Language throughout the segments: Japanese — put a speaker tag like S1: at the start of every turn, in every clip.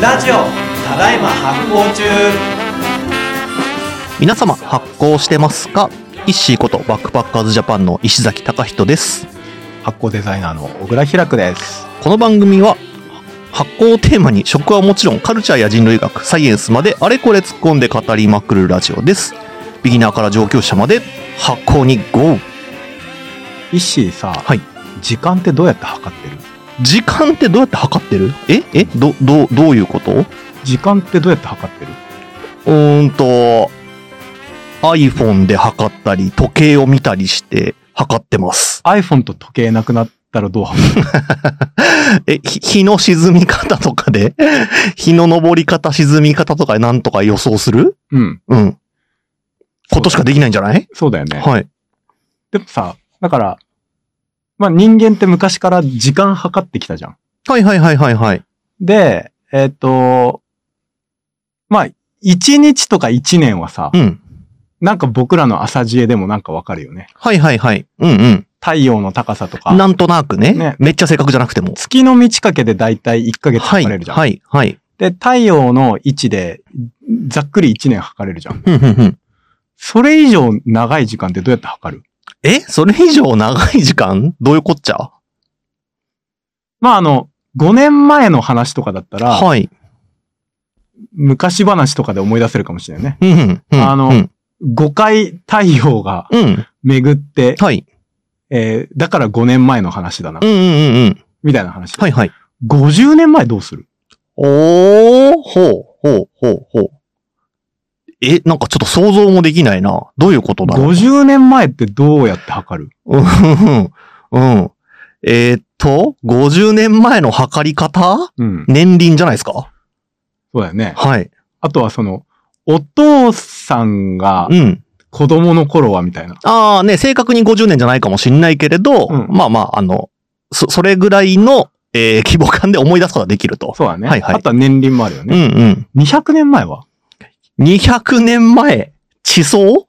S1: ラジオただいま発行中
S2: 皆様発行してますかイッシーことバックパッカーズジャパンの石崎隆人です
S3: 発行デザイナーの小倉ひらくです。
S2: この番組は発行をテーマに食はもちろんカルチャーや人類学サイエンスまであれこれ突っ込んで語りまくるラジオですビギナーから上級者まで発行にゴー
S3: イッシーさ、
S2: はい
S3: 時間ってどうやって測ってる
S2: 時間ってどうやって測ってるええどどうどういうことう
S3: 時間ってどうやって測ってる
S2: ーんと iPhone で測ったり時計を見たりして測ってます
S3: ?iPhone と時計なくなったらどう測る
S2: え、ひ日の沈み方とかで、 日の昇り方、沈み方とかでなんとか予想する
S3: うん。
S2: うん。ことしかできないんじゃない
S3: そうだよね。
S2: はい。
S3: でもさ、だから、まあ人間って昔から時間測ってきたじゃん。
S2: はいはいはいはいはい。
S3: で、えっ、と、まあ、1日とか1年はさ
S2: う、ん。
S3: なんか僕らの朝知恵でもなんかわかるよね。
S2: はいはいはい。うん
S3: 太陽の高さと
S2: うん。
S3: か、
S2: なんとなくね。
S3: ね
S2: めっちゃ正確じゃなくても。
S3: 月の満ち欠けでだいたい1ヶ月
S2: はい。
S3: 測れるじゃん。
S2: はいはい。
S3: で、太陽の位置で、ざっくり1年測れるじゃん。
S2: ふんふんふん。
S3: それ以上長い時間ってどうやって測る
S2: えそれ以上長い時間どういうこっちゃ
S3: まあ、あの、5年前の話とかだったら、
S2: はい。
S3: 昔話とかで思い出せるかもしれないね。
S2: うんうんうん。
S3: あの
S2: うん。
S3: 5回太陽が
S2: うん。
S3: 巡って、
S2: はい。
S3: えーだから5年前の話だな
S2: う、んうんうんうん。
S3: みたいな話。
S2: はいはい。
S3: 50年前どうする
S2: おー、ほう、ほう、ほう、ほう。え、なんかちょっと想像もできないな。どういうことだろう。
S3: ?50 年前ってどうやって測る
S2: うんうん、 うん。えーっと、50年前の測り方
S3: うん。
S2: 年輪じゃないですか
S3: そうだよね。
S2: はい。
S3: あとはその、お父さんが
S2: うん。
S3: 子供の頃はみたいな。
S2: ああね、正確に50年じゃないかもしんないけれど、
S3: うん
S2: まあまあ、あの、そ、それぐらいの、えー規模感で思い出すことができると。
S3: そうだね。
S2: はいはい
S3: あとは年輪もあるよ
S2: う
S3: ね。
S2: ん
S3: 200年前は
S2: うん。200年前、地層 も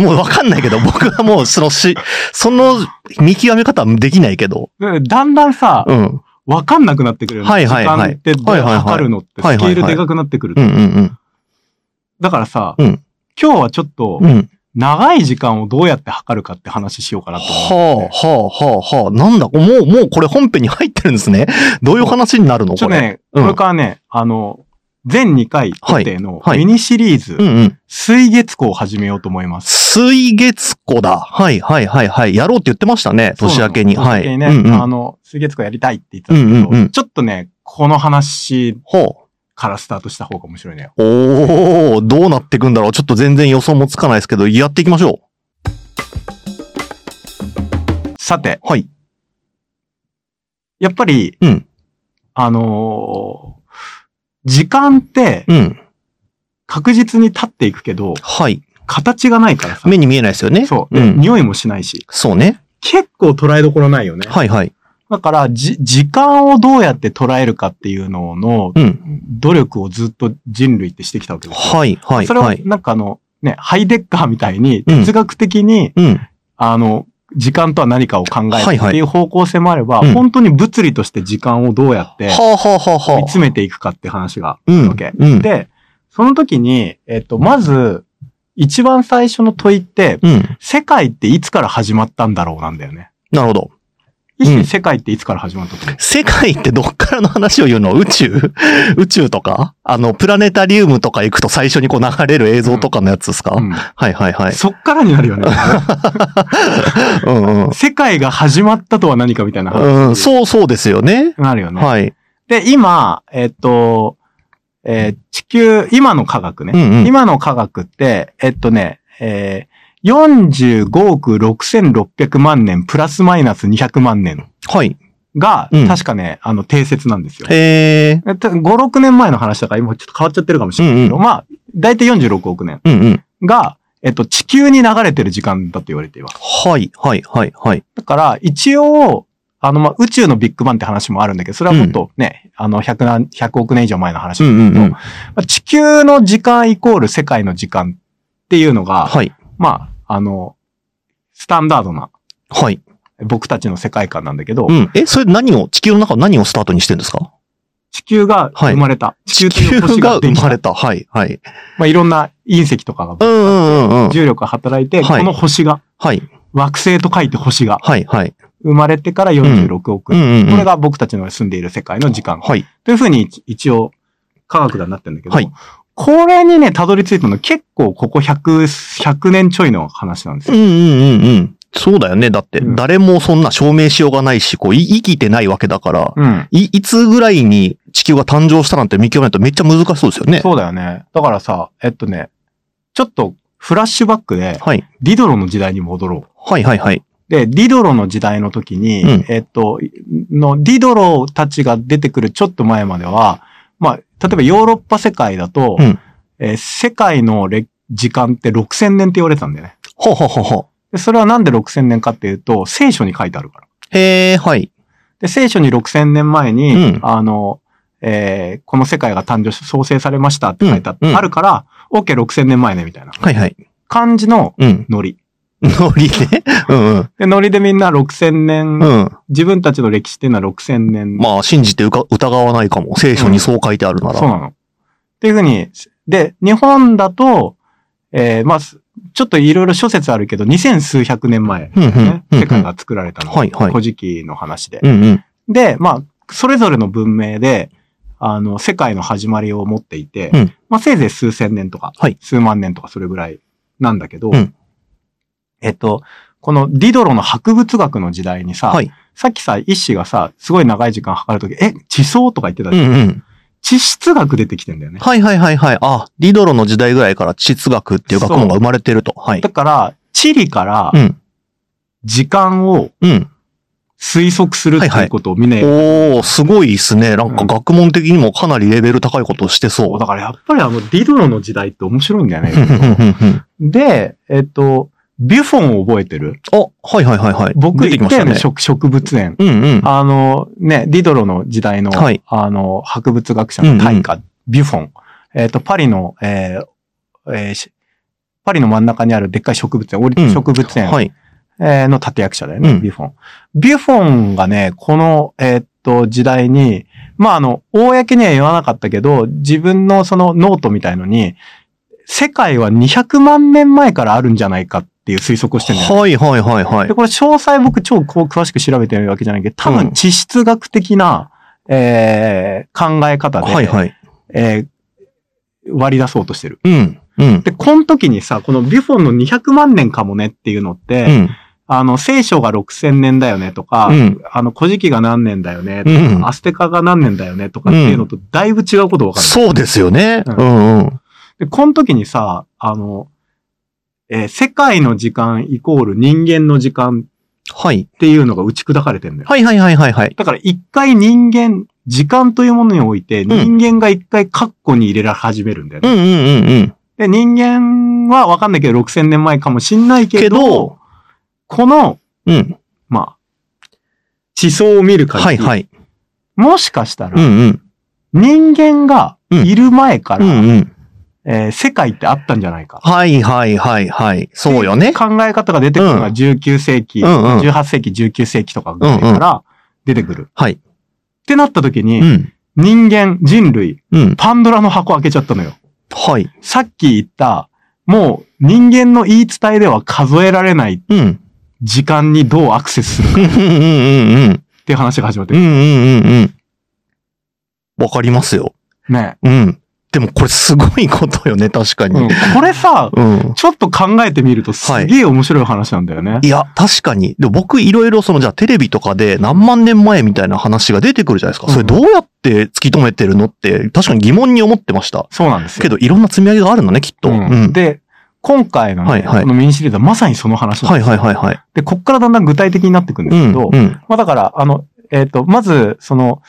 S2: うわかんないけど、僕はもうそのし、その見極め方はできないけど。
S3: うんだんだんさ、
S2: うん。うん
S3: わかんなくなってくるよね。
S2: はいはいはい
S3: 時間ってどうやって測るのって、スケ
S2: はいはいはい
S3: ールでかくなってくる
S2: う。んうん。
S3: だからさ、
S2: うん
S3: 今日はちょっと
S2: う、ん。
S3: 長い時間をどうやって測るかって話しようかなと思って
S2: は。あ、はあ、はあ、はあ。なんだ、もう、もうこれ本編に入ってるんですね。どういう話になるの
S3: ちょ
S2: こ
S3: っと
S2: れ。
S3: ね、
S2: うん
S3: これからね、あの、全2回予定の
S2: はいはい
S3: ミニシリーズ、
S2: うんうん。
S3: 水月光を始めようと思います。
S2: 水月湖だ。はい、はい、はい、はい。やろうって言ってましたね。年明けに。
S3: そうなの
S2: は
S3: 年
S2: い。
S3: 明けにね、
S2: うんうん
S3: あの、水月光やりたいって言ってたんだけど、
S2: うんうんうん
S3: ちょっとね、この話
S2: ほう。
S3: からスタートした方が面白いね。
S2: おー、どうなってくんだろう。ちょっと全然予想もつかないですけど、やっていきましょ
S3: さて、
S2: う。はい。
S3: やっぱり、
S2: うん。
S3: あのー時間って
S2: うん。
S3: 確実に経っていくけど、
S2: はい。
S3: 形がないからさ。
S2: 目に見えないですよね。
S3: そう。
S2: う
S3: で
S2: ん。
S3: 匂いもしないし。
S2: そうね。
S3: 結構捉えどころないよね。
S2: はい、はい。
S3: だから、じ、時間をどうやって捉えるかっていうのの
S2: うん。
S3: 努力をずっと人類ってしてきたわけですよ。
S2: はい、はい、
S3: それを
S2: はい。
S3: なんかあの、ね、ハイデッカーみたいに
S2: うん
S3: 哲学的に、
S2: うん。
S3: あの、時間とは何かを考
S2: は
S3: え
S2: い
S3: る
S2: はい
S3: っていう方向性もあれば、
S2: うん
S3: 本当に物理として時間をどうやって
S2: はあ、はあ、はあ、
S3: 見
S2: はあ。
S3: つめていくかって話が
S2: う
S3: ある
S2: ん
S3: わけ。。
S2: うん。
S3: で、その時に、えっと、まず、一番最初の問いって、
S2: うん。
S3: 世界っていつから始まったんだろうなんだよね。
S2: なるほど。
S3: 意識、
S2: うん
S3: 世界っていつから始まったと思う
S2: 世界ってどっからの話を言うの宇 宙宇宙とかあの、プラネタリウムとか行くと最初にこう流れる映像とかのやつですか、
S3: うん
S2: はいはいはい。
S3: そっからになるよね。
S2: うんうん。
S3: 世界が始まったとは何かみたいな話
S2: うん、そうそうですよね。
S3: になるよね。
S2: はい。
S3: で、今、えっと、えー地球、今の科学ね。
S2: うんうん。
S3: 今の科学って、えっとね、えー、45億6600万年プラスマイナス200万年
S2: はい。
S3: が、
S2: うん
S3: 確かね、あの、定説なんですよ。
S2: へー。
S3: えっと5、6年前の話だから今ちょっと変わっちゃってるかもしれないけど、
S2: うん
S3: まあ、だいたい46億年
S2: うんうん。
S3: が、えっと、地球に流れてる時間だと言われています。
S2: はい、はい、はい、はい。
S3: だから、一応、あの、まあ、宇宙のビッグバンって話もあるんだけど、それはもっとね、あの100何、100億年以上前の話
S2: う
S3: だけど、
S2: んうんうん。
S3: まあ地球の時間イコール世界の時間っていうのが、
S2: はい。
S3: まあ、あの、スタンダードな
S2: はい。
S3: 僕たちの世界観なんだけど、
S2: うん。え、それ何を、地球の中の何をスタートにしてるんですか
S3: 地球が生まれた。
S2: 地
S3: とい
S2: 球
S3: う星
S2: が
S3: で
S2: 生
S3: きた
S2: まれた。はい、はい。
S3: まあ、いろんな隕石とかが
S2: う、んうんうんうん。
S3: 重力が働いて、
S2: はい
S3: この星が、
S2: はい、
S3: 惑星と書いて星が
S2: はい、はい。
S3: 生まれてから46億
S2: うん
S3: 年。
S2: うんうん。
S3: これが僕たちの住んでいる世界の時間。
S2: はい。
S3: というふうに一一応科学ではなってるんだけど、
S2: はい
S3: これにね、たどり着いたの結構ここ100、100年ちょいの話なんです
S2: うん
S3: よ。
S2: うんうんうん。そうだよね。だって
S3: う、ん
S2: 誰もそんな証明しようがないし、こう、い生きてないわけだから、
S3: うん。
S2: い、いつぐらいに地球が誕生したなんて見極めるとめっちゃ難しそうですよね。
S3: そうだよね。だからさ、えっとね、ちょっとフラッシュバックで、
S2: はい。
S3: ディドロの時代に戻ろう。
S2: はいはいはい。
S3: で、ディドロの時代の時に、
S2: うん
S3: えっと、の、ディドロたちが出てくるちょっと前までは、まあ、例えばヨーロッパ世界だと、
S2: うん
S3: えー世界のれ時間って6000年って言われてたんだよね。
S2: ほうほうほうほ
S3: でそれはなんで6000年かっていうと、聖書に書いてあるから。
S2: う。へえ、はい。
S3: で、聖書に6000年前に、
S2: うん
S3: あの、えーこの世界が誕生し、創生されましたって書いてあ,、
S2: うんうん
S3: あるから、OK6000 年前ね、みたいな
S2: はいはい。
S3: 感じの
S2: うん。
S3: ノリ。
S2: ノリね。 うんうん。
S3: で、ノリでみんな6000年、
S2: うん。
S3: 自分たちの歴史っていうのは6000年。
S2: まあ、信じてうか疑わないかも。聖書にそう書いてあるなら。
S3: そうなの。っていうふうに、で、日本だと、えーまあ、すちょっといろいろ諸説あるけど、二千数百年前、
S2: うんうん
S3: ね
S2: うんうん
S3: 世界が作られたの。
S2: はいはい
S3: 古事記の話で。
S2: うんうん。
S3: で、まあ、それぞれの文明で、あの、世界の始まりを持っていて、
S2: うん
S3: まあ、せいぜい数千年とか、
S2: はい
S3: 数万年とかそれぐらいなんだけど、
S2: うん
S3: えっと、このディドロの博物学の時代にさ、
S2: はい。
S3: さっきさ、一子がさ、すごい長い時間測るとき、え、地層とか言ってた
S2: う
S3: じゃん
S2: んうん。
S3: 地質学出てきてんだよね。
S2: はいはいはいはい。あ、リドロの時代ぐらいから地質学っていう学問が生まれてると。はい
S3: だ。から、地理から
S2: うん。
S3: 時間を
S2: うん。
S3: 推測するっていうことをみんなやる。
S2: おー、すごいですね。なんか学問的にもかなりレベル高いことをしてそう。
S3: だからやっぱりあの、ディドロの時代って面白いんだよ
S2: うんうん
S3: ね。
S2: うんうん
S3: で、えっと、ビュフォンを覚えてる。
S2: あ、はいはいはいはい。
S3: 僕
S2: 出て
S3: 行
S2: きま
S3: っ
S2: したた
S3: よね、
S2: ね。
S3: 植植物園。
S2: うんうん。
S3: あの、ね、ディドロの時代の、
S2: はい
S3: あの、博物学者の大家、ビュフォン。えっと、パリの、えーえーしパリの真ん中にあるでっかい植物園、オリ
S2: うん
S3: 植物園
S2: はい。
S3: えーの立役者だよね、
S2: うん
S3: ビュフォン。ビュフォンがね、この、えーっと、時代に、まあ、あの、公には言わなかったけど、自分のそのノートみたいのに、世界は200万年前からあるんじゃないかっていう推測をしてるんだよね。
S2: はいはいはいは
S3: で、
S2: い。
S3: これ詳細僕超こう詳しく調べてるわけじゃないけど、多
S2: うん
S3: 分地質学的な、えー考え方で、
S2: はいはい。
S3: えー割り出そうとしてる。
S2: うん。うん。
S3: で、この時にさ、このビュフォンの200万年かもねっていうのって、
S2: うん。
S3: あの、聖書が6000年だよねとか、
S2: うん
S3: あの、古事記が何年だよね、
S2: うん
S3: アステカが何年だよねとかっていうのとだいぶ違うことわかる。
S2: そうですよね。
S3: う
S2: うんんうん。
S3: で、この時にさ、あの、えー世界の時間イコール人間の時間
S2: はい。
S3: っていうのが打ち砕かれてんだよ。
S2: はいはいはいはいはい。
S3: だから一回人間、時間というものにおいて、
S2: ん
S3: 人間が一回カッコに入れられ始めるんだよ
S2: う
S3: ね。
S2: んうんうんうん。
S3: で、人間はわかんないけど6000年前かもしんないけど、
S2: けど
S3: この、
S2: うん。
S3: まあ、地層を見る
S2: は
S3: 限
S2: い
S3: り、
S2: はい。
S3: もしかした
S2: う
S3: ら、
S2: んうん。
S3: 人間がいる前か
S2: う
S3: ら、
S2: んうん。
S3: えー世界ってあったんじゃないか。
S2: はいはいはいはい。そうよね。
S3: 考え方が出てくるの
S2: う
S3: が
S2: ん
S3: 19世紀、
S2: うんうん。
S3: 18世紀、19世紀とかぐらいから出てくる。
S2: はい。
S3: ってなった時に、
S2: うん。
S3: 人間、人類、
S2: うん。
S3: パンドラの箱開けちゃったのよ。
S2: はい。
S3: さっき言った、もう人間の言い伝えでは数えられない
S2: うん。うん
S3: 時間にどうアクセスするか
S2: うんうんうん。
S3: っていう話が始まって
S2: うんう
S3: る。
S2: んうんうん。わかりますよ。
S3: ね、
S2: うん。でもこれすごいことよね、確か
S3: うん
S2: に。
S3: これさ、
S2: うん。
S3: ちょっと考えてみるとすげえ面白い話なんだよね。
S2: いや、確かに。でも僕、いろいろ、その、じゃあ、テレビとかで何万年前みたいな話が出てくるじゃないですか。それどうやって突き止めてるのって、確かに疑問に思ってました。
S3: そうなんですよ
S2: けど、いろんな積み上げがあるのね、きっと。う
S3: うん
S2: ん。
S3: で、今回のね、
S2: はいはい
S3: このミニシリーズはまさにその話なん
S2: は
S3: で
S2: い
S3: すよ
S2: はいはいはい。
S3: で、こっからだんだん具体的になってくるん
S2: う
S3: です
S2: ん。
S3: けど、
S2: うん。
S3: まあだから、あの、えっ、と、まず、その、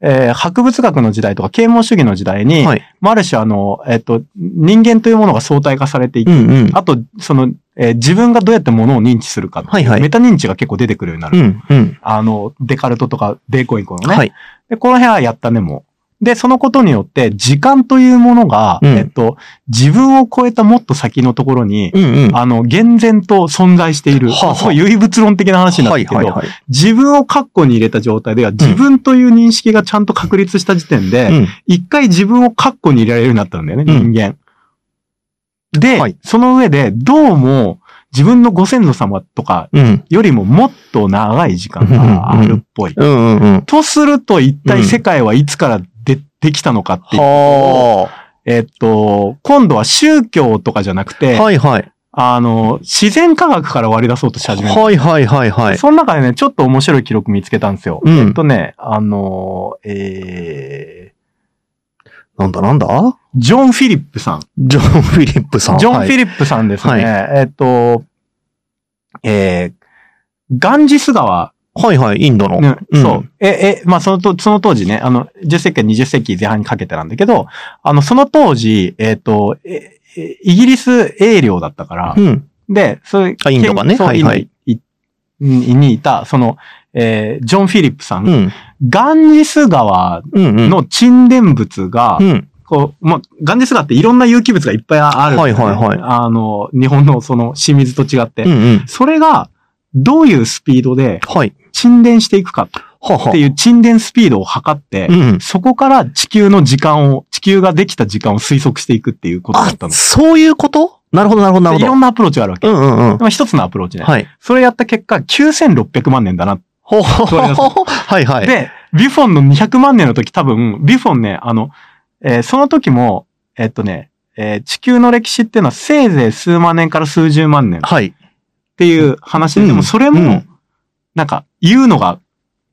S3: えー博物学の時代とか啓蒙主義の時代に、
S2: はい。
S3: まあある種あの、えっ、と、人間というものが相対化されていて、
S2: うんうん。
S3: あと、その、えー自分がどうやってものを認知するか、
S2: はいはい
S3: メタ認知が結構出てくるようになる。
S2: うんうん。
S3: あの、デカルトとかデーコインコのね。
S2: はい。
S3: で、この辺はやったね、もう。で、そのことによって、時間というものが、
S2: うん
S3: えっと、自分を超えたもっと先のところに、
S2: うんうん。
S3: あの、厳然と存在している、
S2: はあはあ
S3: すごい唯物論的な話になっ
S2: は
S3: て
S2: い
S3: るけど、
S2: はいはい。
S3: 自分を括弧に入れた状態では、自分という認識がちゃんと確立した時点で、
S2: うん。
S3: 一回自分を括弧に入れられるようになったんだよね、
S2: うん
S3: 人間。で、
S2: はい
S3: その上で、どうも、自分のご先祖様とか
S2: うん。
S3: よりももっと長い時間があるっぽい。
S2: うんうんうん。
S3: とすると、一
S2: うん
S3: 体世界はいつからで、できたのかっていう。
S2: は
S3: えっと、今度は宗教とかじゃなく
S2: あ。
S3: て、
S2: はいはい。
S3: あの、自然科学から割り出そうとし始める。
S2: はいはいはいはい。
S3: その中でね、ちょっと面白い記録見つけたんですよ。
S2: うん
S3: えっとね、あの、え
S2: なんだなんだ
S3: ー、ジョン・フィリップさん。
S2: ジョン・フィリップさん。
S3: ジョン・フ
S2: リッ
S3: ィリップさんですね。
S2: はい
S3: えっと、えー、ガンジス川、
S2: プ。はいはい、インドの。
S3: ね
S2: うん
S3: そう。え、え、まあ、そのと、その当時ね、あの、10世紀、20世紀前半にかけてなんだけど、あの、その当時、えっ、と、ええイギリス英領だったから、
S2: うん。
S3: で、そういう
S2: あインドがね
S3: そう
S2: はいはい
S3: インドにいにいた、その、えージョン・フィリップさん、
S2: うん。
S3: ガンジス川
S2: うんうん。
S3: の沈殿物が、
S2: うん。
S3: こう、まあ、ガンジス川っていろんな有機物がいっぱいあるんだよね、
S2: はいはいはい
S3: あの、日本のその清水と違って。
S2: うんうん。
S3: それが、どういうスピードで
S2: はい。
S3: 沈殿していく
S2: は
S3: か
S2: あはあ
S3: っていう沈殿スピードを測って、
S2: うん。
S3: そこから地球の時間を、地球ができた時間を推測していくっていうことだった
S2: あ、
S3: の。
S2: そういうことなるほどなるほどな
S3: で
S2: る
S3: いろ
S2: ほ
S3: んなアプローチがあるわけ。
S2: ど。うんうんうん。
S3: まあ一つのアプローチね。
S2: はい。
S3: それやった結果、9600万年だな。
S2: ほうほう
S3: ごめんなさ
S2: ほうほうはいはい。
S3: で、ビュフォンの200万年の時多分、ビュフォンね、あの、えーその時も、えっとね、えー地球の歴史っていうのはせいぜい数万年から数十万年っ
S2: はい。
S3: ていう話で、
S2: うん
S3: でもそれも、
S2: うん
S3: なんか、言うのが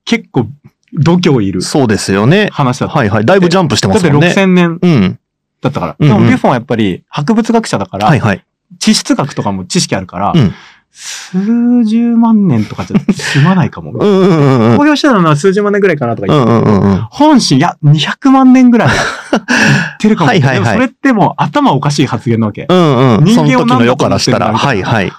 S3: 結構度胸いる
S2: そうですよね。
S3: 話だった。
S2: はいはい。だいぶジャンプしてま
S3: だっ
S2: す
S3: て
S2: もんね。
S3: 6000年
S2: うん。
S3: だったから。
S2: うんうん
S3: でもビュフォンはやっぱり博物学者だから、
S2: はいはい。
S3: 地質学とかも知識あるから、
S2: うん
S3: 数十万年とかじゃ済まないか も。
S2: う
S3: 公
S2: んうんうんうん。
S3: 表してたのは数十万年ぐらいかなとか
S2: う
S3: 言って
S2: んうんうんうん。
S3: 本心、いや、200万年ぐらい言ってるかも。
S2: はいはいはい
S3: でもそれってもう頭おかしい発言なわけ。
S2: うんうん。
S3: 人間
S2: そ
S3: を
S2: の時の世
S3: 何だと
S2: か
S3: 思
S2: ら
S3: っ
S2: して
S3: る
S2: た
S3: んだ
S2: ら。はいはい。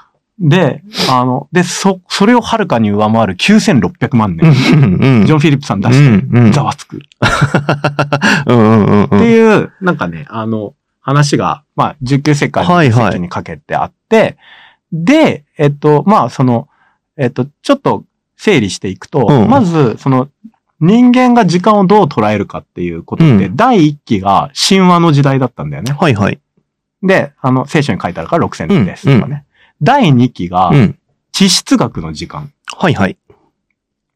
S3: で、あの、で、そ、それをはるかに上回る9600万
S2: うん
S3: 年。
S2: うんうん。
S3: ジョン・フィリップさん出
S2: う
S3: して、
S2: んうん。
S3: ざわつく。っ
S2: うんうんう
S3: て
S2: ん
S3: いう、なんかね、あの、話が、まあ、19世紀から
S2: はいはい
S3: 20世紀にかけてあって、で、えっと、まあ、その、えっと、ちょっと整理していくと、
S2: うん
S3: まず、その、人間が時間をどう捉えるかっていうことで、
S2: うん
S3: 第一期が神話の時代だったんだよね。
S2: はいはい。
S3: で、あの、聖書に書いてあるから6000
S2: うん
S3: 年ですとかね。第2期が
S2: う、ん。
S3: 地質学の時間。
S2: はいはい。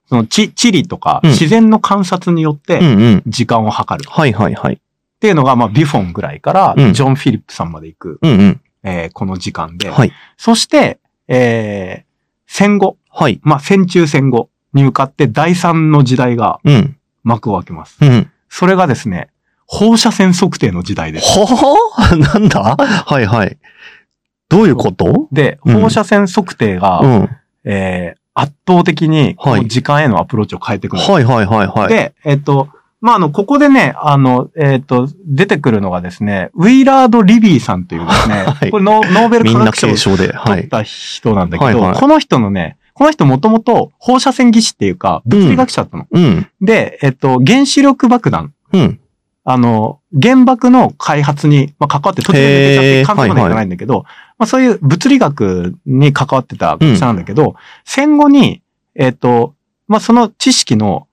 S3: その地、地理とか、
S2: うん
S3: 自然の観察によっ
S2: うん
S3: て、
S2: うん。
S3: 時間を測る。っ
S2: はいはいはい。
S3: ていうのが、まあ、ビュフォンぐらいから、
S2: うん
S3: ジョン・フィリップさんまで行く、
S2: うん
S3: えーこの時間
S2: う
S3: で。
S2: ん。はい。
S3: そして、えー戦後、
S2: はい。
S3: まあ、戦中戦後に向かって第3の時代が
S2: うん。
S3: 幕を開けます。
S2: うん。
S3: それがですね、放射線測定の時代です。
S2: ほほ なんだはいはい。どういうこと
S3: で、
S2: うん
S3: 放射線測定が、
S2: うん。は
S3: えー圧倒的に、こ
S2: はいう
S3: 時間へのアプローチを変えてく
S2: い
S3: る。
S2: はいはいはい。
S3: で、えっ、と、まあ、あの、ここでね、あの、えっ、と、出てくるのがですね、ウィラード・リビーさんというですね、
S2: はい
S3: これノノーベル
S2: みん
S3: 科
S2: な
S3: 学賞
S2: 継
S3: を
S2: 承で。は
S3: 取っ
S2: い。
S3: た人なんだけど、
S2: はいはい
S3: この人のね、この人もともと放射線技師っていうか、物理学者だったの。
S2: うん。
S3: で、えっ、と、原子力爆弾、
S2: うん。
S3: あの、原爆の開発に、まあ、関わって、途中で抜けちゃっ
S2: へ
S3: て
S2: ー
S3: 完全までいかないんだけど、まあ、そういう物理学に関わってた学者なんだけど、戦後に、えっ、と、まあ、その知識の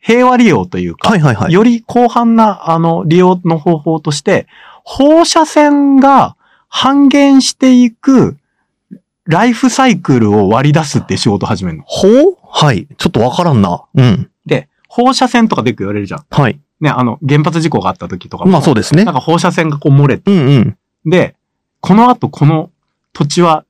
S3: 平和利用というか、
S2: はいはいはい。
S3: より広範な、あの、利用の方法として、放射線が半減していくライフサイクルを割り出すっていう仕事を始めるの。
S2: ほうはい。ちょっとわからんな。うん。
S3: で、放射線とかでよく言われるじゃん。
S2: はい。
S3: ね、あの、原発事故があった時とかも
S2: まあそうですね
S3: なん。か放射線がこう漏れて、
S2: うんうん。
S3: で、この後この土地は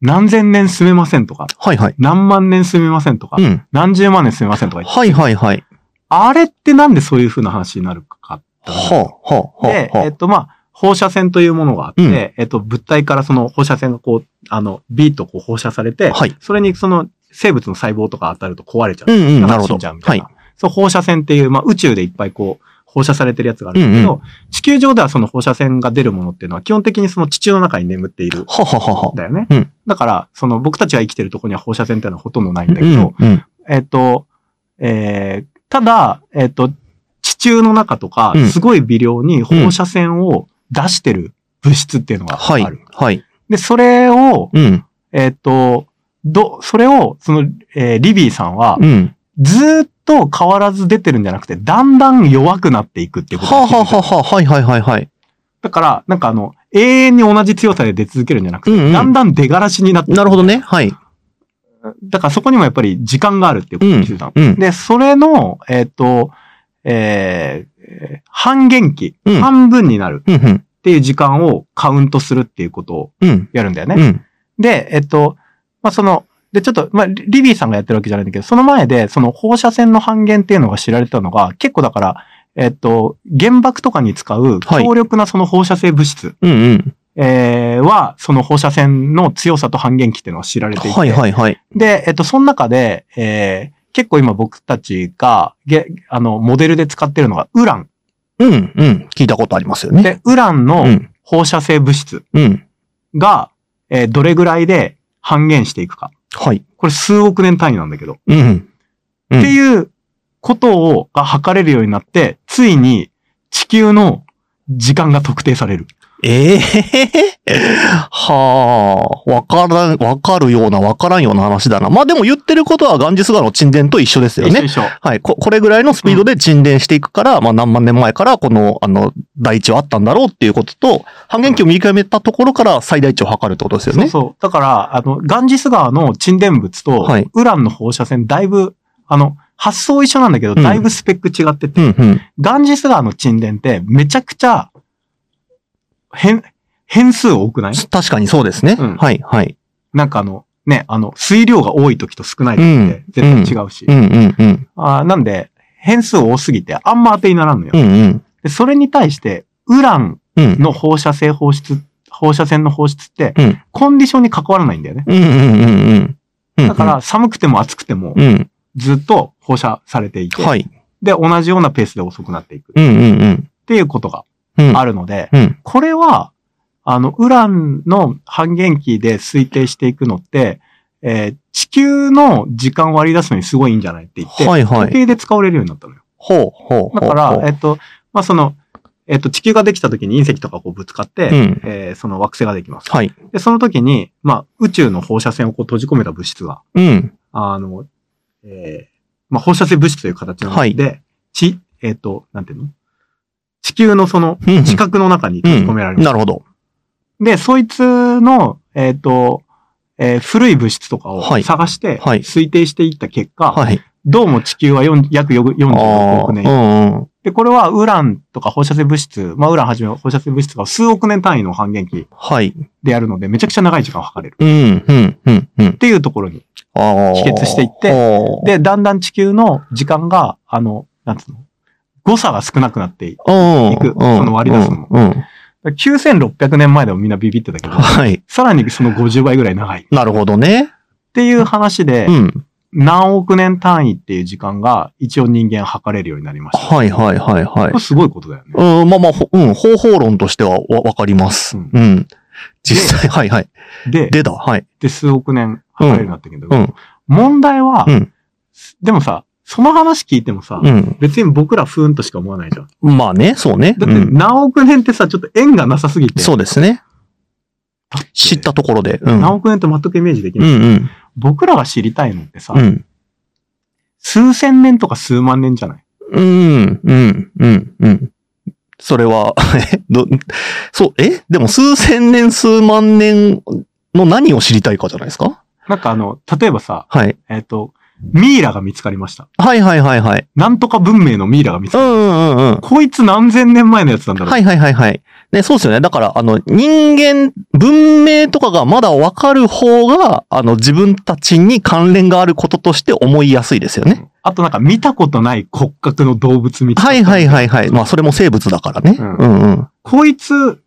S3: 何千年住めませんとか、
S2: はいはい。
S3: 何万年住めませんとか、
S2: うん。
S3: 何十万年住めませんとか言って、
S2: はいはいはい。
S3: あれってなんでそういう風な話になるかって話
S2: はあ、はあ、
S3: で
S2: は、あ。
S3: えっと、まあ、放射線というものがあって、
S2: うん
S3: えっと、物体からその放射線がこう、あの、ビーとこう放射されて、
S2: はい。
S3: それにその生物の細胞とか当たると壊れちゃう。
S2: うんうん、な
S3: だか
S2: る
S3: ら
S2: ほ
S3: 死
S2: ど。
S3: んじゃうみた
S2: はいい
S3: な。。そう、放射線っていう、まあ、宇宙でいっぱいこう、放射されてるやつがあるんだけど、
S2: う
S3: 地球上ではその放射線が出るものっていうのは基本的にその地中の中に眠っているん
S2: はあ、はあ、はあ。
S3: だよね。
S2: うん
S3: だから、その僕たちが生きてるところには放射線っていうのはほとんどないんだけ
S2: う
S3: ど、
S2: ん、うん。
S3: えっと、えーただ、えっと、地地中の中とか
S2: うん、
S3: すごい微量に放射線を出してる物質っていうのがあ
S2: は
S3: る。
S2: い。はい。
S3: で、それを、
S2: うん。
S3: えっ、と、ど、それを、その、えーリビーさんは、
S2: うん。
S3: ずーっと変わらず出てるんじゃなくて、だんだん弱くなっていくっていうこと
S2: はあ、
S3: が気づい
S2: はあ
S3: た
S2: はあはあ、はいはいはいはい。
S3: だから、なんかあの、永遠に同じ強さで出続けるんじゃなくて、
S2: うんうん
S3: だんだん出がらしになっていく
S2: なるほどね。はい。
S3: だからそこにもやっぱり時間があるっていうことに気づいたの。
S2: うん。
S3: で、それの、えっ、と、えーえー半減期、
S2: うん
S3: 半分になる
S2: うん。うん。
S3: っていう時間をカウントするっていうことを
S2: うん。
S3: やるんだよね。
S2: うん。
S3: で、えっと、まあ、その、で、ちょっと、まあ、リリビーさんがやってるわけじゃないんだけど、その前で、その放射線の半減っていうのが知られてたのが、結構だから、えっと、原爆とかに使う
S2: はい
S3: 強力なその放射性物質、
S2: うん。うん。
S3: えーは、その放射線の強さと半減期っていうのは知られていて、
S2: はいはいはい。
S3: で、えっと、その中で、えー結構今僕たちが、げあの、モデルで使ってるのがウラン。
S2: うん。うん。聞いたことありますよね。
S3: で、ウラン
S2: う
S3: の
S2: ん。
S3: 放射性物質
S2: うん。
S3: が、えーどれぐらいで半減していくか。
S2: はい。
S3: これ数億年単位なんだけど。
S2: うん。うん
S3: っていうことを、が測れるようになって、ついに地球の時間が特定される。
S2: ええ はあ、わからん、わかるような、わからんような話だな。まあでも言ってることはガンジス川の沈殿と一緒ですよ
S3: 一緒
S2: ね。
S3: 一緒。
S2: はい。こ、これぐらいのスピードで沈殿していくから、まあ何万年前からこの、あの、大地はあったんだろうっていうことと、半減期を見極めたところから最大値を測るってことですよ
S3: そう
S2: ね。
S3: そう。だから、あの、ガンジス川の沈殿物と
S2: はい、
S3: ウランの放射線、だいぶ、あの、発想一緒なんだけど、
S2: うん
S3: だいぶスペック違ってて、
S2: うんうん。
S3: ガンジス川の沈殿ってめちゃくちゃ、変、変数多くない
S2: 確かにそうですね。
S3: うん
S2: はい、はい。
S3: なんかあの、ね、あの、水量が多い時と少ない時って
S2: うん
S3: 絶対違うし。
S2: うんうんうん。
S3: あーなんで、変数多すぎてあんま当てにならんのよ。
S2: うんうん。
S3: でそれに対して、ウラン
S2: うん。
S3: の放射性放出、放射線の放出って
S2: うん、
S3: コンディションに関わらないんだよね。
S2: うんうんうんうんうん。
S3: だから、寒くても暑くても
S2: う、ん、
S3: ずっと放射されていて、
S2: うん。はい。
S3: で、同じようなペースで遅くなっていくっ
S2: うんうんうん。
S3: ていうことが
S2: うん。
S3: あるので、
S2: うん。
S3: これは、あの、ウランの半減期で推定していくのって、えー地球の時間を割り出すのにすごいいいんじゃないって言って、
S2: はいはい
S3: 時計で使われるようになったのよ。
S2: ほうほうほう。
S3: だか
S2: ほ
S3: ら
S2: う、
S3: えっと、まあ、その、えっと、地球ができた時に隕石とかこうぶつかって、
S2: うん。
S3: えーその惑星ができます。
S2: はい。
S3: で、その時に、まあ、宇宙の放射線をこう閉じ込めた物質が、
S2: うん。
S3: あの、えーまあ、放射性物質という形なので、ち、えっ、と、なんていうの地球のその、
S2: うん。
S3: 地殻の中に
S2: う
S3: 閉じ込められ
S2: ん。
S3: ます。
S2: なるほど。
S3: で、そいつの、えっ、と、えー古い物質とかを
S2: はい
S3: 探して、
S2: はい
S3: 推定していった結果、
S2: はい。
S3: どうも地球は4約46億
S2: ー
S3: 年
S2: うんうん。
S3: で、これはウランとか放射性物質、まあ、ウランはじめ放射性物質が数億年単位の半減期
S2: はい。
S3: でやるので、めちゃくちゃ長い時間を測れる。っ
S2: うん、うん、うん、うん。
S3: ていうところに。
S2: ああ。
S3: 帰結していって
S2: ほう、
S3: で、だんだん地球の時間が、あの、なんつうの、誤差が少なくなっていく。
S2: うん、
S3: いく
S2: うん
S3: その割り出すのも
S2: うんうん。
S3: だから9600年前でもみんなビビって たけど、
S2: はい。
S3: さらにその50倍ぐらい長い。っ
S2: なるほどね。
S3: ていう話で
S2: う、ん。
S3: 何億年単位っていう時間が一応人間測れるようになりました。
S2: はい、はい、はい、は
S3: こ
S2: い
S3: れ。すごいことだよね。
S2: うん、まあまあ、ほうん、方法論としてはわわかります。
S3: う
S2: うんん。実際、はい、はい。
S3: で、
S2: でだ、はい。
S3: で数億年測れるようになったけど、
S2: うん。
S3: 問題は、
S2: うん
S3: でもさ、その話聞いてもさ、
S2: うん。
S3: 別に僕らふーんとしか思わないじゃん。
S2: まあね、そうね。
S3: だって
S2: うん
S3: 何億年ってさ、ちょっと縁がなさすぎて。
S2: そうですね。知ったところで。うん。
S3: 何億年と全くイメージでき
S2: うん、
S3: ない。
S2: うん。
S3: 僕らが知りたいのってさ、
S2: うん。
S3: 数千年とか数万年じゃない
S2: うん、うん、うん、うん。それは、 えど、そう、えでも数千年、数万年の何を知りたいかじゃないですか
S3: なんかあの、例えばさ、
S2: はい。
S3: えっ、と、ミイラが見つかりました。
S2: はいはいはいはい。
S3: なんとか文明のミイラが見つ
S2: う
S3: か
S2: ん
S3: りまし
S2: うんうんうん
S3: た。。こいつ何千年前のやつなんだろう。
S2: はいはいはいはい。ね、そうですよね。だから、あの、人間、文明とかがまだわかる方が、あの、自分たちに関連があることとして思いやすいですよね。
S3: あとなんか見たことない骨格の動物見つかった
S2: はいはいはいはい。まあ、それも生物だからね。
S3: う
S2: うんんうん。
S3: こいつ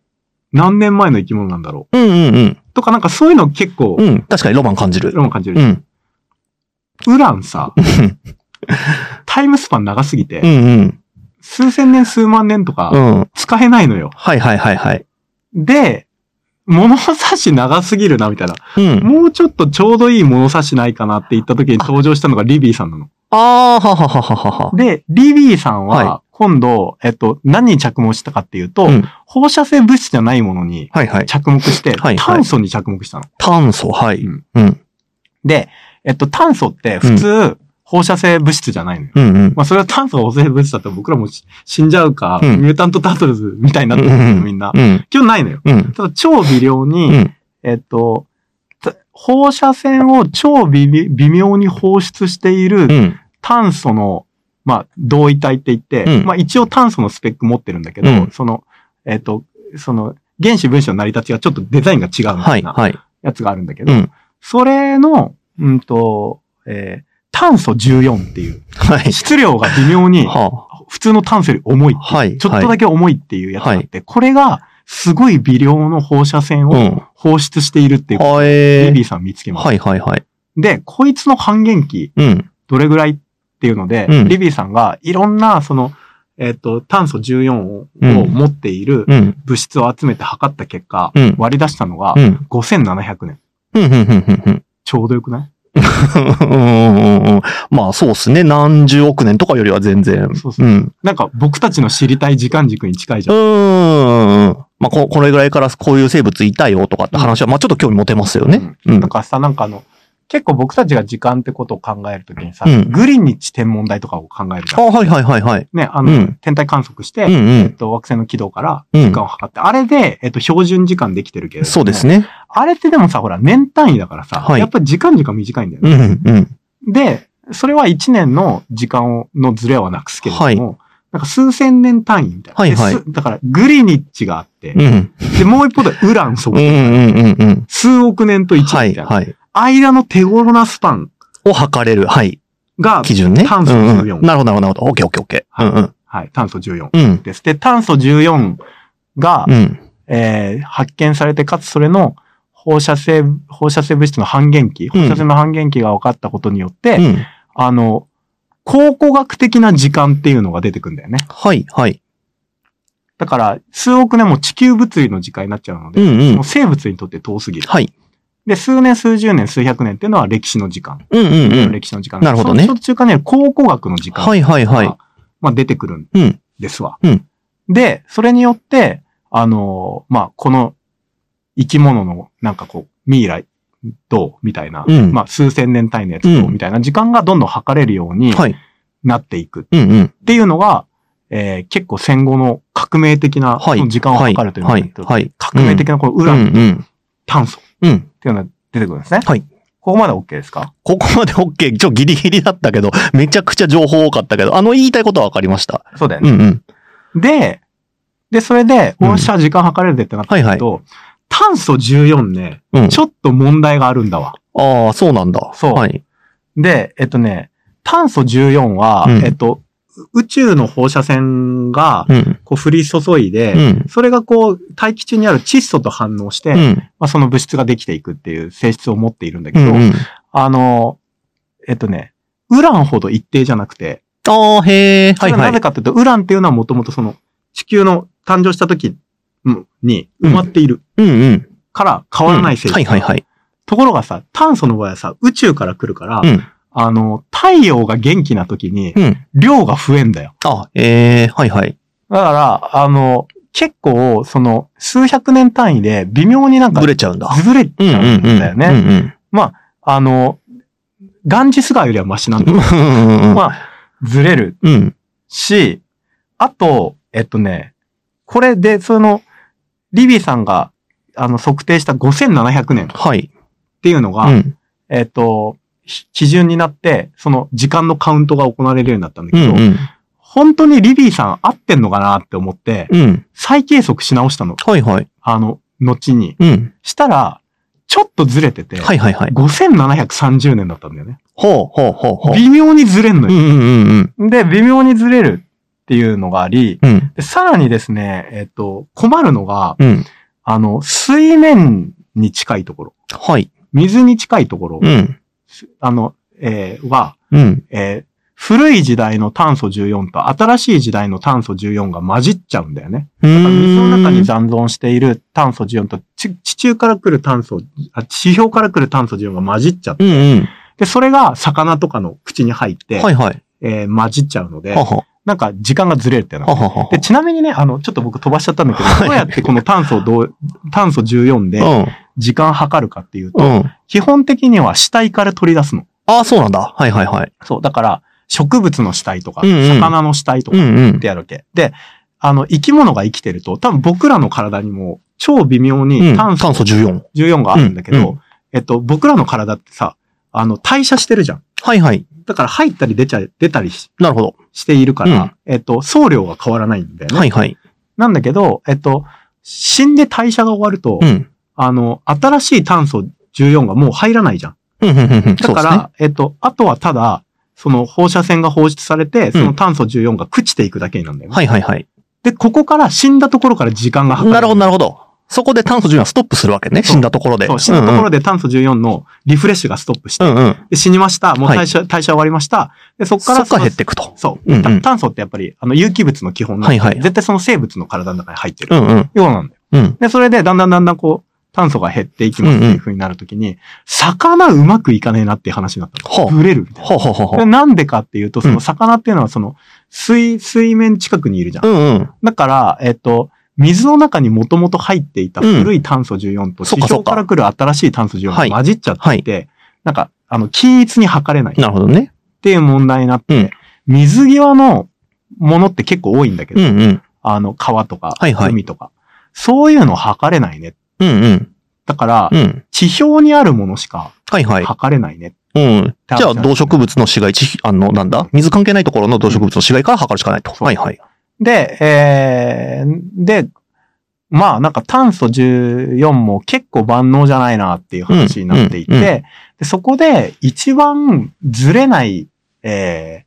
S3: 何年前の生き物なんだろ
S2: うんうんうん。
S3: う。とかなんかそういうの結構、
S2: うん。確かにロマン感じる。
S3: ロマン感じる
S2: う。ん。
S3: ウランさ、タイムスパン長すぎ
S2: う
S3: て、
S2: んうん。
S3: 数千年数万年と
S2: う
S3: か
S2: ん。
S3: 使えないのよ。
S2: はいはいはいはい。
S3: で、物差し長すぎるな、みたいな。
S2: うん。
S3: もうちょっとちょうどいい物差しないかなって言った時に登場したのがリビーさんなの。
S2: ああ、はははははは。
S3: で、リビーさん
S2: は
S3: は、今度、えっと、何に着目したかっていうと、
S2: うん
S3: 放射性物質じゃないものに
S2: はいはい。
S3: 着目して、
S2: はいはい
S3: 炭素に着目したの。
S2: 炭素、はい。
S3: うん
S2: うん。
S3: で、えっと、炭素って普通、放射性物質じゃないのよ。
S2: うんうん。
S3: まあ、それは炭素が放射性物質だったら僕らもし死んじゃうか、
S2: うん
S3: ミュータントタートルズみたいになってるんですよ、みんな。
S2: うん。
S3: 基本ないのよ。
S2: うん。
S3: ただ、超微量に、
S2: うん。
S3: えっと、た放射線を超微微微妙に放出している
S2: うん。
S3: 炭素の、まあ、同位体って言って、
S2: うん
S3: まあ一応炭素のスペック持ってるんだけど、
S2: うん
S3: その、えっ、と、その、原子分子の成り立ちがちょっとデザインが違うみ
S2: は
S3: た
S2: い
S3: いな
S2: はい。
S3: やつがあるんだけ
S2: う
S3: ど、
S2: ん。
S3: それの、うんと、えー炭素14っていう、
S2: はい。
S3: 質量が微妙に
S2: は
S3: 普通の炭素より重い
S2: あ。。はい。
S3: ちょっとだ
S2: け。
S3: け重いっていうやつがあって、これがすごい微量の放射線
S2: う
S3: を
S2: ん。
S3: 放出しているっていう
S2: は
S3: リ
S2: え
S3: リ
S2: ー。
S3: ーさん見つけます。
S2: はいはいはい。
S3: で、こいつの半減期、
S2: うん。
S3: どれぐらいっていうので、
S2: うん
S3: リビーさんがいろんな、その、えっ、と、炭素14を,、
S2: うん
S3: 持っている
S2: うん。
S3: 物質を集めて測った結果、
S2: うん。
S3: 割り出したのが
S2: う、ん。
S3: 5700年。
S2: うん。うん。うん。うん。うん。
S3: ちょうどよくない
S2: うんうんうんうん まあそうですね。何十億年とかよりは全然。
S3: そうそう
S2: うん。
S3: なんか僕たちの知りたい時間軸に近いじ
S2: う
S3: ゃん。
S2: ーん。まあこ、これぐらいからこういう生物いたよとかって話は、まあちょっと興味持てますよね。う。
S3: うんんなんかさ、なんかあの、結構僕たちが時間ってことを考えるときにさ、
S2: うん
S3: グリンニッチ天文台とかを考えるじゃ
S2: あ、
S3: ん。
S2: はいはいはいはい。
S3: ね、あ
S2: う
S3: の、
S2: ん。
S3: 天体観測して、
S2: うん
S3: えっと、惑星の軌道から
S2: うん。う
S3: 時
S2: ん
S3: 間。を測って、あれで、えっと、標準時間できてるけれども
S2: そうですね。
S3: あれってでもさ、ほら、年単位だからさ、
S2: はい
S3: やっぱり時間軸は短いんだよ
S2: う
S3: ね。
S2: ん。うん。
S3: で、それは1年の時間を、のズレはなくすけれども、なんか数千年単位みたいな。
S2: はいはい
S3: ですだから、グリニッチがあって、
S2: うん。
S3: で、もう一方でウランそ
S2: うん。う
S3: こ、
S2: ん。うん。うん。
S3: 数億年と1
S2: は
S3: 年み
S2: い
S3: たいな。
S2: はい。
S3: 間の手頃なスパン
S2: を測れる。はい。
S3: が、
S2: 基準ね。
S3: 炭素
S2: うん
S3: 14
S2: うんなるほど、なるほど、なるほど。オッケー、オッケー、オッケー。うん
S3: はい、炭素14
S2: うん。うん。
S3: です。で、炭素14が、
S2: うん。
S3: えー発見されて、かつそれの放射性、放射性物質の半減期、
S2: うん
S3: 放射線の半減期が分かったことによって、
S2: うん。
S3: あの、考古学的な時間っていうのが出てくんだよね。
S2: はい、はい。
S3: だから、数億年も地球物理の時間になっちゃうの
S2: う
S3: で、
S2: ん、う
S3: も
S2: ん
S3: う。生物にとって遠すぎる。
S2: はい。
S3: で、数年、数十年、数百年っていうのは歴史の時間。
S2: うん、うん、うん。
S3: 歴史の時間。
S2: なるほどね
S3: その途中からね、考古学の時間が。
S2: はい、はい、はい。
S3: まあ、出てくるん
S2: うん。
S3: ですわ。
S2: うん
S3: で、それによって、あのーまあ、この生き物の、なんかこう、ミイラ、どうみたいな、
S2: うん
S3: まあ、数千年単位のやつどう
S2: うん
S3: みたいな時間がどんどん測れるように
S2: はい。
S3: なっていくっ
S2: うん、うん。
S3: ていうのが、えー結構戦後の革命的な、
S2: はい。
S3: その時間を
S2: はい
S3: 測るというの
S2: は
S3: が
S2: い、はい。
S3: 革命的なこのウ
S2: う
S3: ラン、
S2: ん、うん。
S3: 炭素っ
S2: うん。
S3: ていうのが出てくるんですね。
S2: はい
S3: ここまで OK ですか
S2: ここまでオッケー。ちょ、ギリギリだったけど、めちゃくちゃ情報多かったけど、あの言いたいことは分かりました。
S3: そうだよ
S2: う
S3: ね。
S2: ん、うん。
S3: で、で、それで、
S2: うん
S3: 放射時間測れるってなったけど、炭素14ね、
S2: うん。
S3: ちょっと問題があるんだわ。
S2: ああ、そうなんだ。
S3: そう
S2: はい。
S3: で、えっとね、炭素14は、
S2: うん
S3: えっと、宇宙の放射線が
S2: うん。
S3: こう降り注いで、
S2: うん。
S3: それがこう大気中にある窒素と反応して、
S2: うん。
S3: まあ、その物質ができていくっていう性質を持っているんだけ
S2: う
S3: ど、
S2: ん。うん
S3: あの、えっとね、ウランほど一定じゃなくて、
S2: ああ、へえ。は
S3: それ
S2: い、
S3: はな
S2: は
S3: ぜ
S2: い。
S3: かっていうと、ウランっていうのはもともとその地球の誕生した時に埋まっている
S2: うん、うん。
S3: から変わらない性質。
S2: はい、はい、はい。
S3: ところがさ、炭素の場合はさ、宇宙から来るから、
S2: うん。
S3: あの、太陽が元気な時に、
S2: うん。
S3: 量が増えんだよ。
S2: あ、ええ、はい、はい。
S3: だから、あの、結構、その、数百年単位で微妙になんか
S2: ぶ、れちゃうんだ。
S3: ずれち
S2: うんう
S3: ゃ
S2: ん
S3: う
S2: うん
S3: んだよね。
S2: うん
S3: あの、ガンジス川よりはマシなんだ
S2: う
S3: け
S2: んうんうん
S3: ど、まあ、ずれる
S2: うん
S3: し、あと、えっとね、これで、その、リビーさんが、あの、測定した5700年っ
S2: はい。
S3: ていうの
S2: う
S3: が、
S2: ん。
S3: えっと、ひ基準になって、その時間のカウントが行われるようになったんだ
S2: う
S3: けど、
S2: んうん。
S3: 本当にリビーさん合ってんのかなって思って、
S2: うん。
S3: 再計測し直したの。
S2: はいはい。
S3: あの、後に。
S2: うん。
S3: したら、ちょっとずれてて、
S2: はいはいはい。
S3: 5730年だったんだよね。
S2: ほうほうほうほう。
S3: 微妙にずれんの
S2: うん
S3: よ。
S2: うんうん
S3: で、微妙にずれるっていうのがあり、
S2: うん。うん。
S3: でさらにですね、えっ、と、困るのが、
S2: うん。
S3: あの、水面に近いところ、
S2: はい。
S3: 水に近いところ、
S2: うん。
S3: あの、えーは、
S2: うん。
S3: えー古い時代の炭素14と新しい時代の炭素14が混じっちゃうんだよね。
S2: うー
S3: だから水の中に
S2: ん。
S3: 残存している炭素14と地地中から来る炭素、あ地表から来る炭素14が混じっちゃって、
S2: うんうん。
S3: で、それが魚とかの口に入って、
S2: はいはい。
S3: えー混じっちゃうので
S2: は、は。
S3: なんか時間がずれるってな
S2: は。はは
S3: で、ちなみにね、あの、ちょっと僕飛ばしちゃったんだけど、
S2: はい
S3: どうやってこの炭素をどう、炭素14で
S2: は。
S3: 時間測るかっていうと、
S2: うん。うん。
S3: 基本的には死体から取り出すの。
S2: ああ、そうなんだ。はいはいはい。
S3: そう。だから、植物の死体とか、
S2: うんうん
S3: 魚の死体と
S2: う
S3: かっ
S2: んうん
S3: て。やるわけ。で、あの、生き物が生きてると、多分僕らの体にも超微妙
S2: う
S3: に
S2: ん
S3: 炭素
S2: 炭素14。
S3: 14があるんだけど、
S2: うん
S3: えっと、僕らの体ってさ、あの、代謝してるじゃん。
S2: はいはい。
S3: だから入ったり出ちゃ、出たりし
S2: なるほど。
S3: しているから、えっと、総量が変わらないんだよね。
S2: はいはい。
S3: なんだけど、えっと、死んで代謝が終わると、
S2: うん。
S3: あの、新しい炭素14がもう入らないじゃん。
S2: うんうんうんうん。そ
S3: だ
S2: うで
S3: か
S2: すね。
S3: ら、えっと、あとはただ、その放射線が放出されて、その炭素14が朽ちていくだけなんだよね。
S2: はいはいはい。
S3: で、ここから死んだところから時間が測
S2: なるほどな
S3: る
S2: るほど。そこで炭素14はストップするわけね。
S3: そう
S2: 死んだところで。
S3: そう、死んだところ
S2: で。
S3: で炭素14のリフレッシュがストップして、
S2: うんうん。
S3: で死にました、もう
S2: はい
S3: 代謝、代謝終わりました。で、そこか
S2: そ
S3: ら
S2: っから
S3: の
S2: 減っていくと。
S3: そう、
S2: うんうん
S3: 炭素ってやっぱり、あの、有機物の基本なんで、
S2: はいはい
S3: 絶対その生物の体の中に入ってる。
S2: うんうん。
S3: ようなんだよ
S2: うん。
S3: で、それでだんだんだんだんこう、炭素が減っていきますっていう風になるときに、魚うまくいかねえなっていう話になった
S2: ほ
S3: の。
S2: う。
S3: ブレるみたいな。
S2: ほうほうほうほ
S3: で
S2: う。
S3: なんでかっていうと、そうの
S2: ん
S3: 魚っていうのはその、水、水面近くにいるじゃん。
S2: うんうん。
S3: だから、えっと、水の中にもともと入っていた
S2: うん
S3: 古い炭素14と
S2: そ
S3: 地
S2: っかそっか
S3: 表から来る新しい炭素
S2: は
S3: 14
S2: い
S3: が混じっちゃっていて、なんか、あの、均一に測れないっ
S2: なるほどね。
S3: ていう問題になって、
S2: うん
S3: 水際のものって結構多いんだけ
S2: う
S3: ど、
S2: んうん。
S3: あの、川とか
S2: はいはい、
S3: 海とか、そういうの測れないね。
S2: うんうん。
S3: だから
S2: う、ん。
S3: 地表にあるものしか
S2: はいはい。
S3: 測れないね。
S2: うん。
S3: た
S2: じゃあ、動植物の死骸、地あの、なんだ水関係ないところの動植物の死骸から測るしかないと。
S3: そう
S2: はいはい。
S3: で、えー、で、まあなんか炭素14も結構万能じゃないなっていう話になっていて、
S2: うんうんうん
S3: でそこで一番ずれない、えー、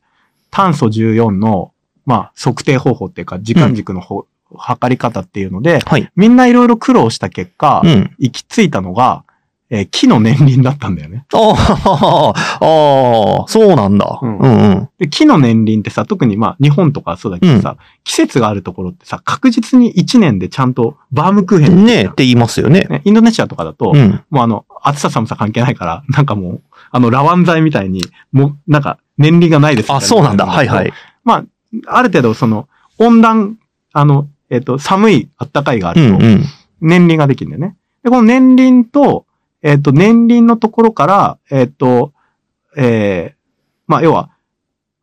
S3: 炭素14の、まあ、測定方法っていうか時間軸のほ、測り方っていうので、
S2: はい。
S3: みんないろいろ苦労した結果、
S2: うん。
S3: 行き着いたのが、えー木の年輪だったんだよね。
S2: ああ、 ああ、そうなんだ。う
S3: うんん
S2: うん。
S3: で木の年輪ってさ、特にまあ日本とかそうだけどさ、季節があるところってさ、確実に1年でちゃんとバームクーヘン
S2: ねえって言いますよね。
S3: ね、インドネシアとかだと、
S2: うん。
S3: もうあの、暑さ寒さ関係ないから、 なんかもう、あの、ラワン剤みたいに、もう、なんか、年利がないですみたい。
S2: あ、そうなんだ。はいはいい。
S3: まあ、ある程度、その、温暖、あの、えっ、と、寒い、暖かいがあ
S2: うんう
S3: ると、
S2: ん。
S3: 年利ができるんだよね。で、この年輪と、えっ、と、年輪のところから、えっ、と、えー、まあ、要は、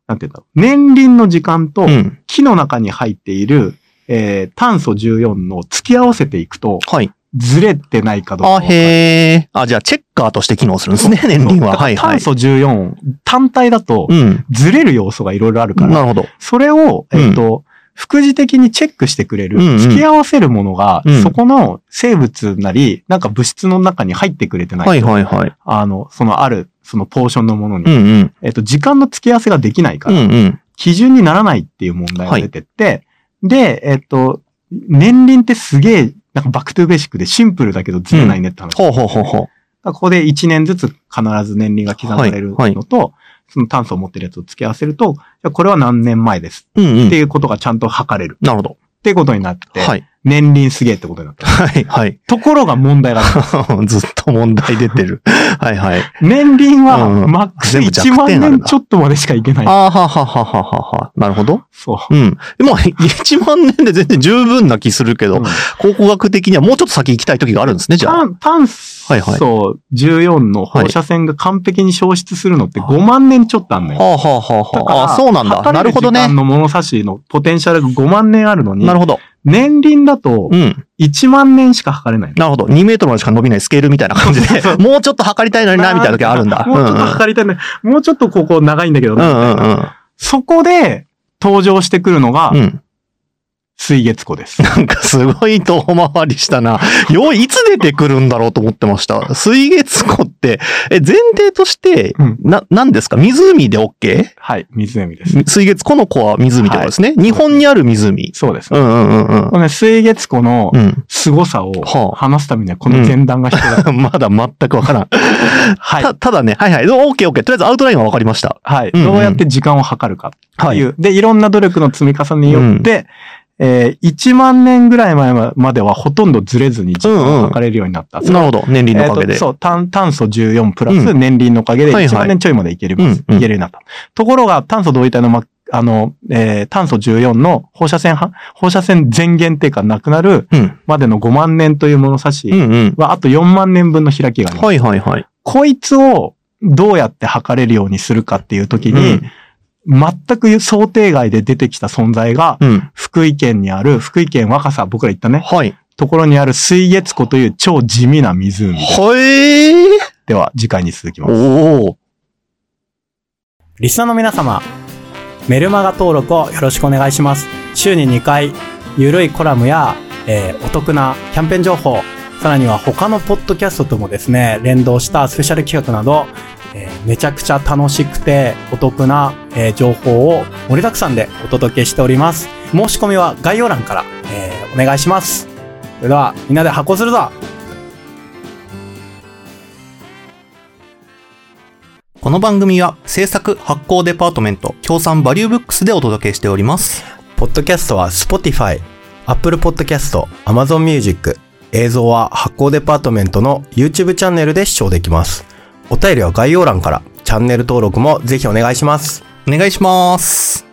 S3: なんて言うんだろう。年輪の時間
S2: う、
S3: と
S2: ん。
S3: 木の中に入っている、えー、炭素14の付き合わせていくと、
S2: はい。
S3: ずれてないかどうかわ
S2: あ、
S3: かんない。
S2: へえ。あ、じゃあ、チェッカーとして機能するんですね、年輪は。
S3: だか
S2: はい
S3: ら
S2: はい
S3: 炭。素14、単体だと
S2: う、ん。
S3: ずれる要素がいろいろあるか
S2: な
S3: ら、
S2: るほど。
S3: それを、
S2: うん
S3: えっと、副次的にチェックしてくれる
S2: うんうん、
S3: 付き合わせるものが
S2: うん、
S3: そこの生物なり、なんか物質の中に入ってくれてな
S2: はい
S3: い。
S2: はいはい。
S3: あの、そのある、そのポーションのもの
S2: う
S3: に。
S2: んうん。
S3: えっと、時間の付き合わせができないか
S2: う
S3: ら、
S2: んうん。
S3: 基準にならないっていう問題が出てって、で、えっと、年輪ってすげえ、なんかバックトゥーベーシックでシンプルだけどずれないねって話。
S2: ほうほうほうほう。
S3: ここで1年ずつ必ず年輪が刻まれるのと、
S2: はい
S3: その炭素を持ってるやつを付け合わせると、じゃあこれは何年前です
S2: うんう
S3: っ
S2: ん。
S3: ていうことがちゃんと測れる
S2: なるほど。
S3: っていうことになって、
S2: はい。
S3: 年輪すげえってことになった。
S2: はいはい。
S3: ところが問題がある、
S2: ずっと問題出てる。はいはい。
S3: 年輪は
S2: うんうん
S3: マックス
S2: 全部弱
S3: 1万
S2: 点あるな
S3: 年ちょっとまでしかいけない。
S2: ああ、はははははは。なるほど。
S3: そ
S2: う
S3: う。
S2: ん。まあ、1万年で全然十分な気するけど、
S3: うん
S2: 考古学的にはもうちょっと先行きたい時があるんですね、じゃあ。
S3: 炭炭素
S2: はいはい
S3: 14の放射線が完璧に消失するのって5万年ちょっとあんのよ。
S2: はあ、はあはあ
S3: だ
S2: はあ、あそうなんだ。なるほど
S3: 時間
S2: ね。
S3: の物差しのポテンシャルが5万年あるのに
S2: な、るほど。
S3: 年輪だと
S2: うん。
S3: 1万年しか測れないの。
S2: なるほど。2メートルまでしか伸びないスケールみたいな感じ で、もうちょっと測りたいのにな、みたいな時あるんだ。う
S3: も
S2: ん
S3: う
S2: うん。
S3: ちょっと測りたいね。もうちょっとここ長いんだけど
S2: う
S3: な、
S2: ん
S3: みたいなそこで登場してくるのが
S2: うんうん。うん。
S3: 水月湖 です。
S2: なんかすごい遠回りしたな。よい、いつ出てくるんだろうと思ってました。水月湖って、え、前提として、
S3: うん
S2: な、何ですか湖で OK?
S3: はい、湖です。
S2: 水月湖の湖は湖ってことですね。日本にある湖。
S3: そうです。
S2: う
S3: こ
S2: んうんうんうん。
S3: のね、水月湖の
S2: うん。
S3: 凄さを
S2: はあ
S3: 話すためにはこの前段が必要 だ。
S2: まだ全くわからん。
S3: はい。
S2: た、ただね、はいはい。オッケーオッケー。とりあえずアウトラインはわかりました。
S3: はい。
S2: うんうん
S3: どうやって時間を測るかっていう。
S2: は
S3: で、いろんな努力の積み重ねによって、えー1万年ぐらい前まではほとんどずれずに時間を測れるようになった。それ
S2: なるほど。年輪のおかげ
S3: えーと
S2: で。
S3: そう、炭炭素14プラ
S2: う
S3: ス
S2: ん
S3: 年輪のおかげで
S2: はいはい
S3: 1万年ちょいまでいけるます、
S2: うんうん
S3: いけるようになった。ところが炭素同位体の、ま、あの、えー炭素14の放射線は、放射線全限っていうかなくなる
S2: うん。
S3: までの5万年という物差
S2: う
S3: し
S2: んうん。
S3: は、あと4万年分の開きがあります。
S2: はいはいはい。
S3: こいつをどうやって測れるようにするかっていう時に、全く想定外で出てきた存在が、
S2: うん。うん。
S3: 福井県にある、福井県若さ、僕ら行ったね、
S2: はい。
S3: ところにある水月湖という超地味な湖
S2: はえー。
S3: では、次回に続きます。
S2: おお。
S4: リスナーの皆様、メルマガ登録をよろしくお願いします。週に2回、ゆるいコラムや、えーお得なキャンペーン情報、さらには他のポッドキャストともですね、連動したスペシャル企画など、えーめちゃくちゃ楽しくてお得な、えー情報を盛りだくさんでお届けしております。申し込みは概要欄から、えーお願いします。それでは、みんなで箱するぞ
S2: この番組は制作発行デパートメント協賛バリューブックスでお届けしております。
S4: ポッドキャストは Spotify、Apple Podcast、Amazon Music、映像は発行デパートメントの YouTube チャンネルで視聴できます。お便りは概要欄から、チャンネル登録もぜひお願いします。
S2: お願いします。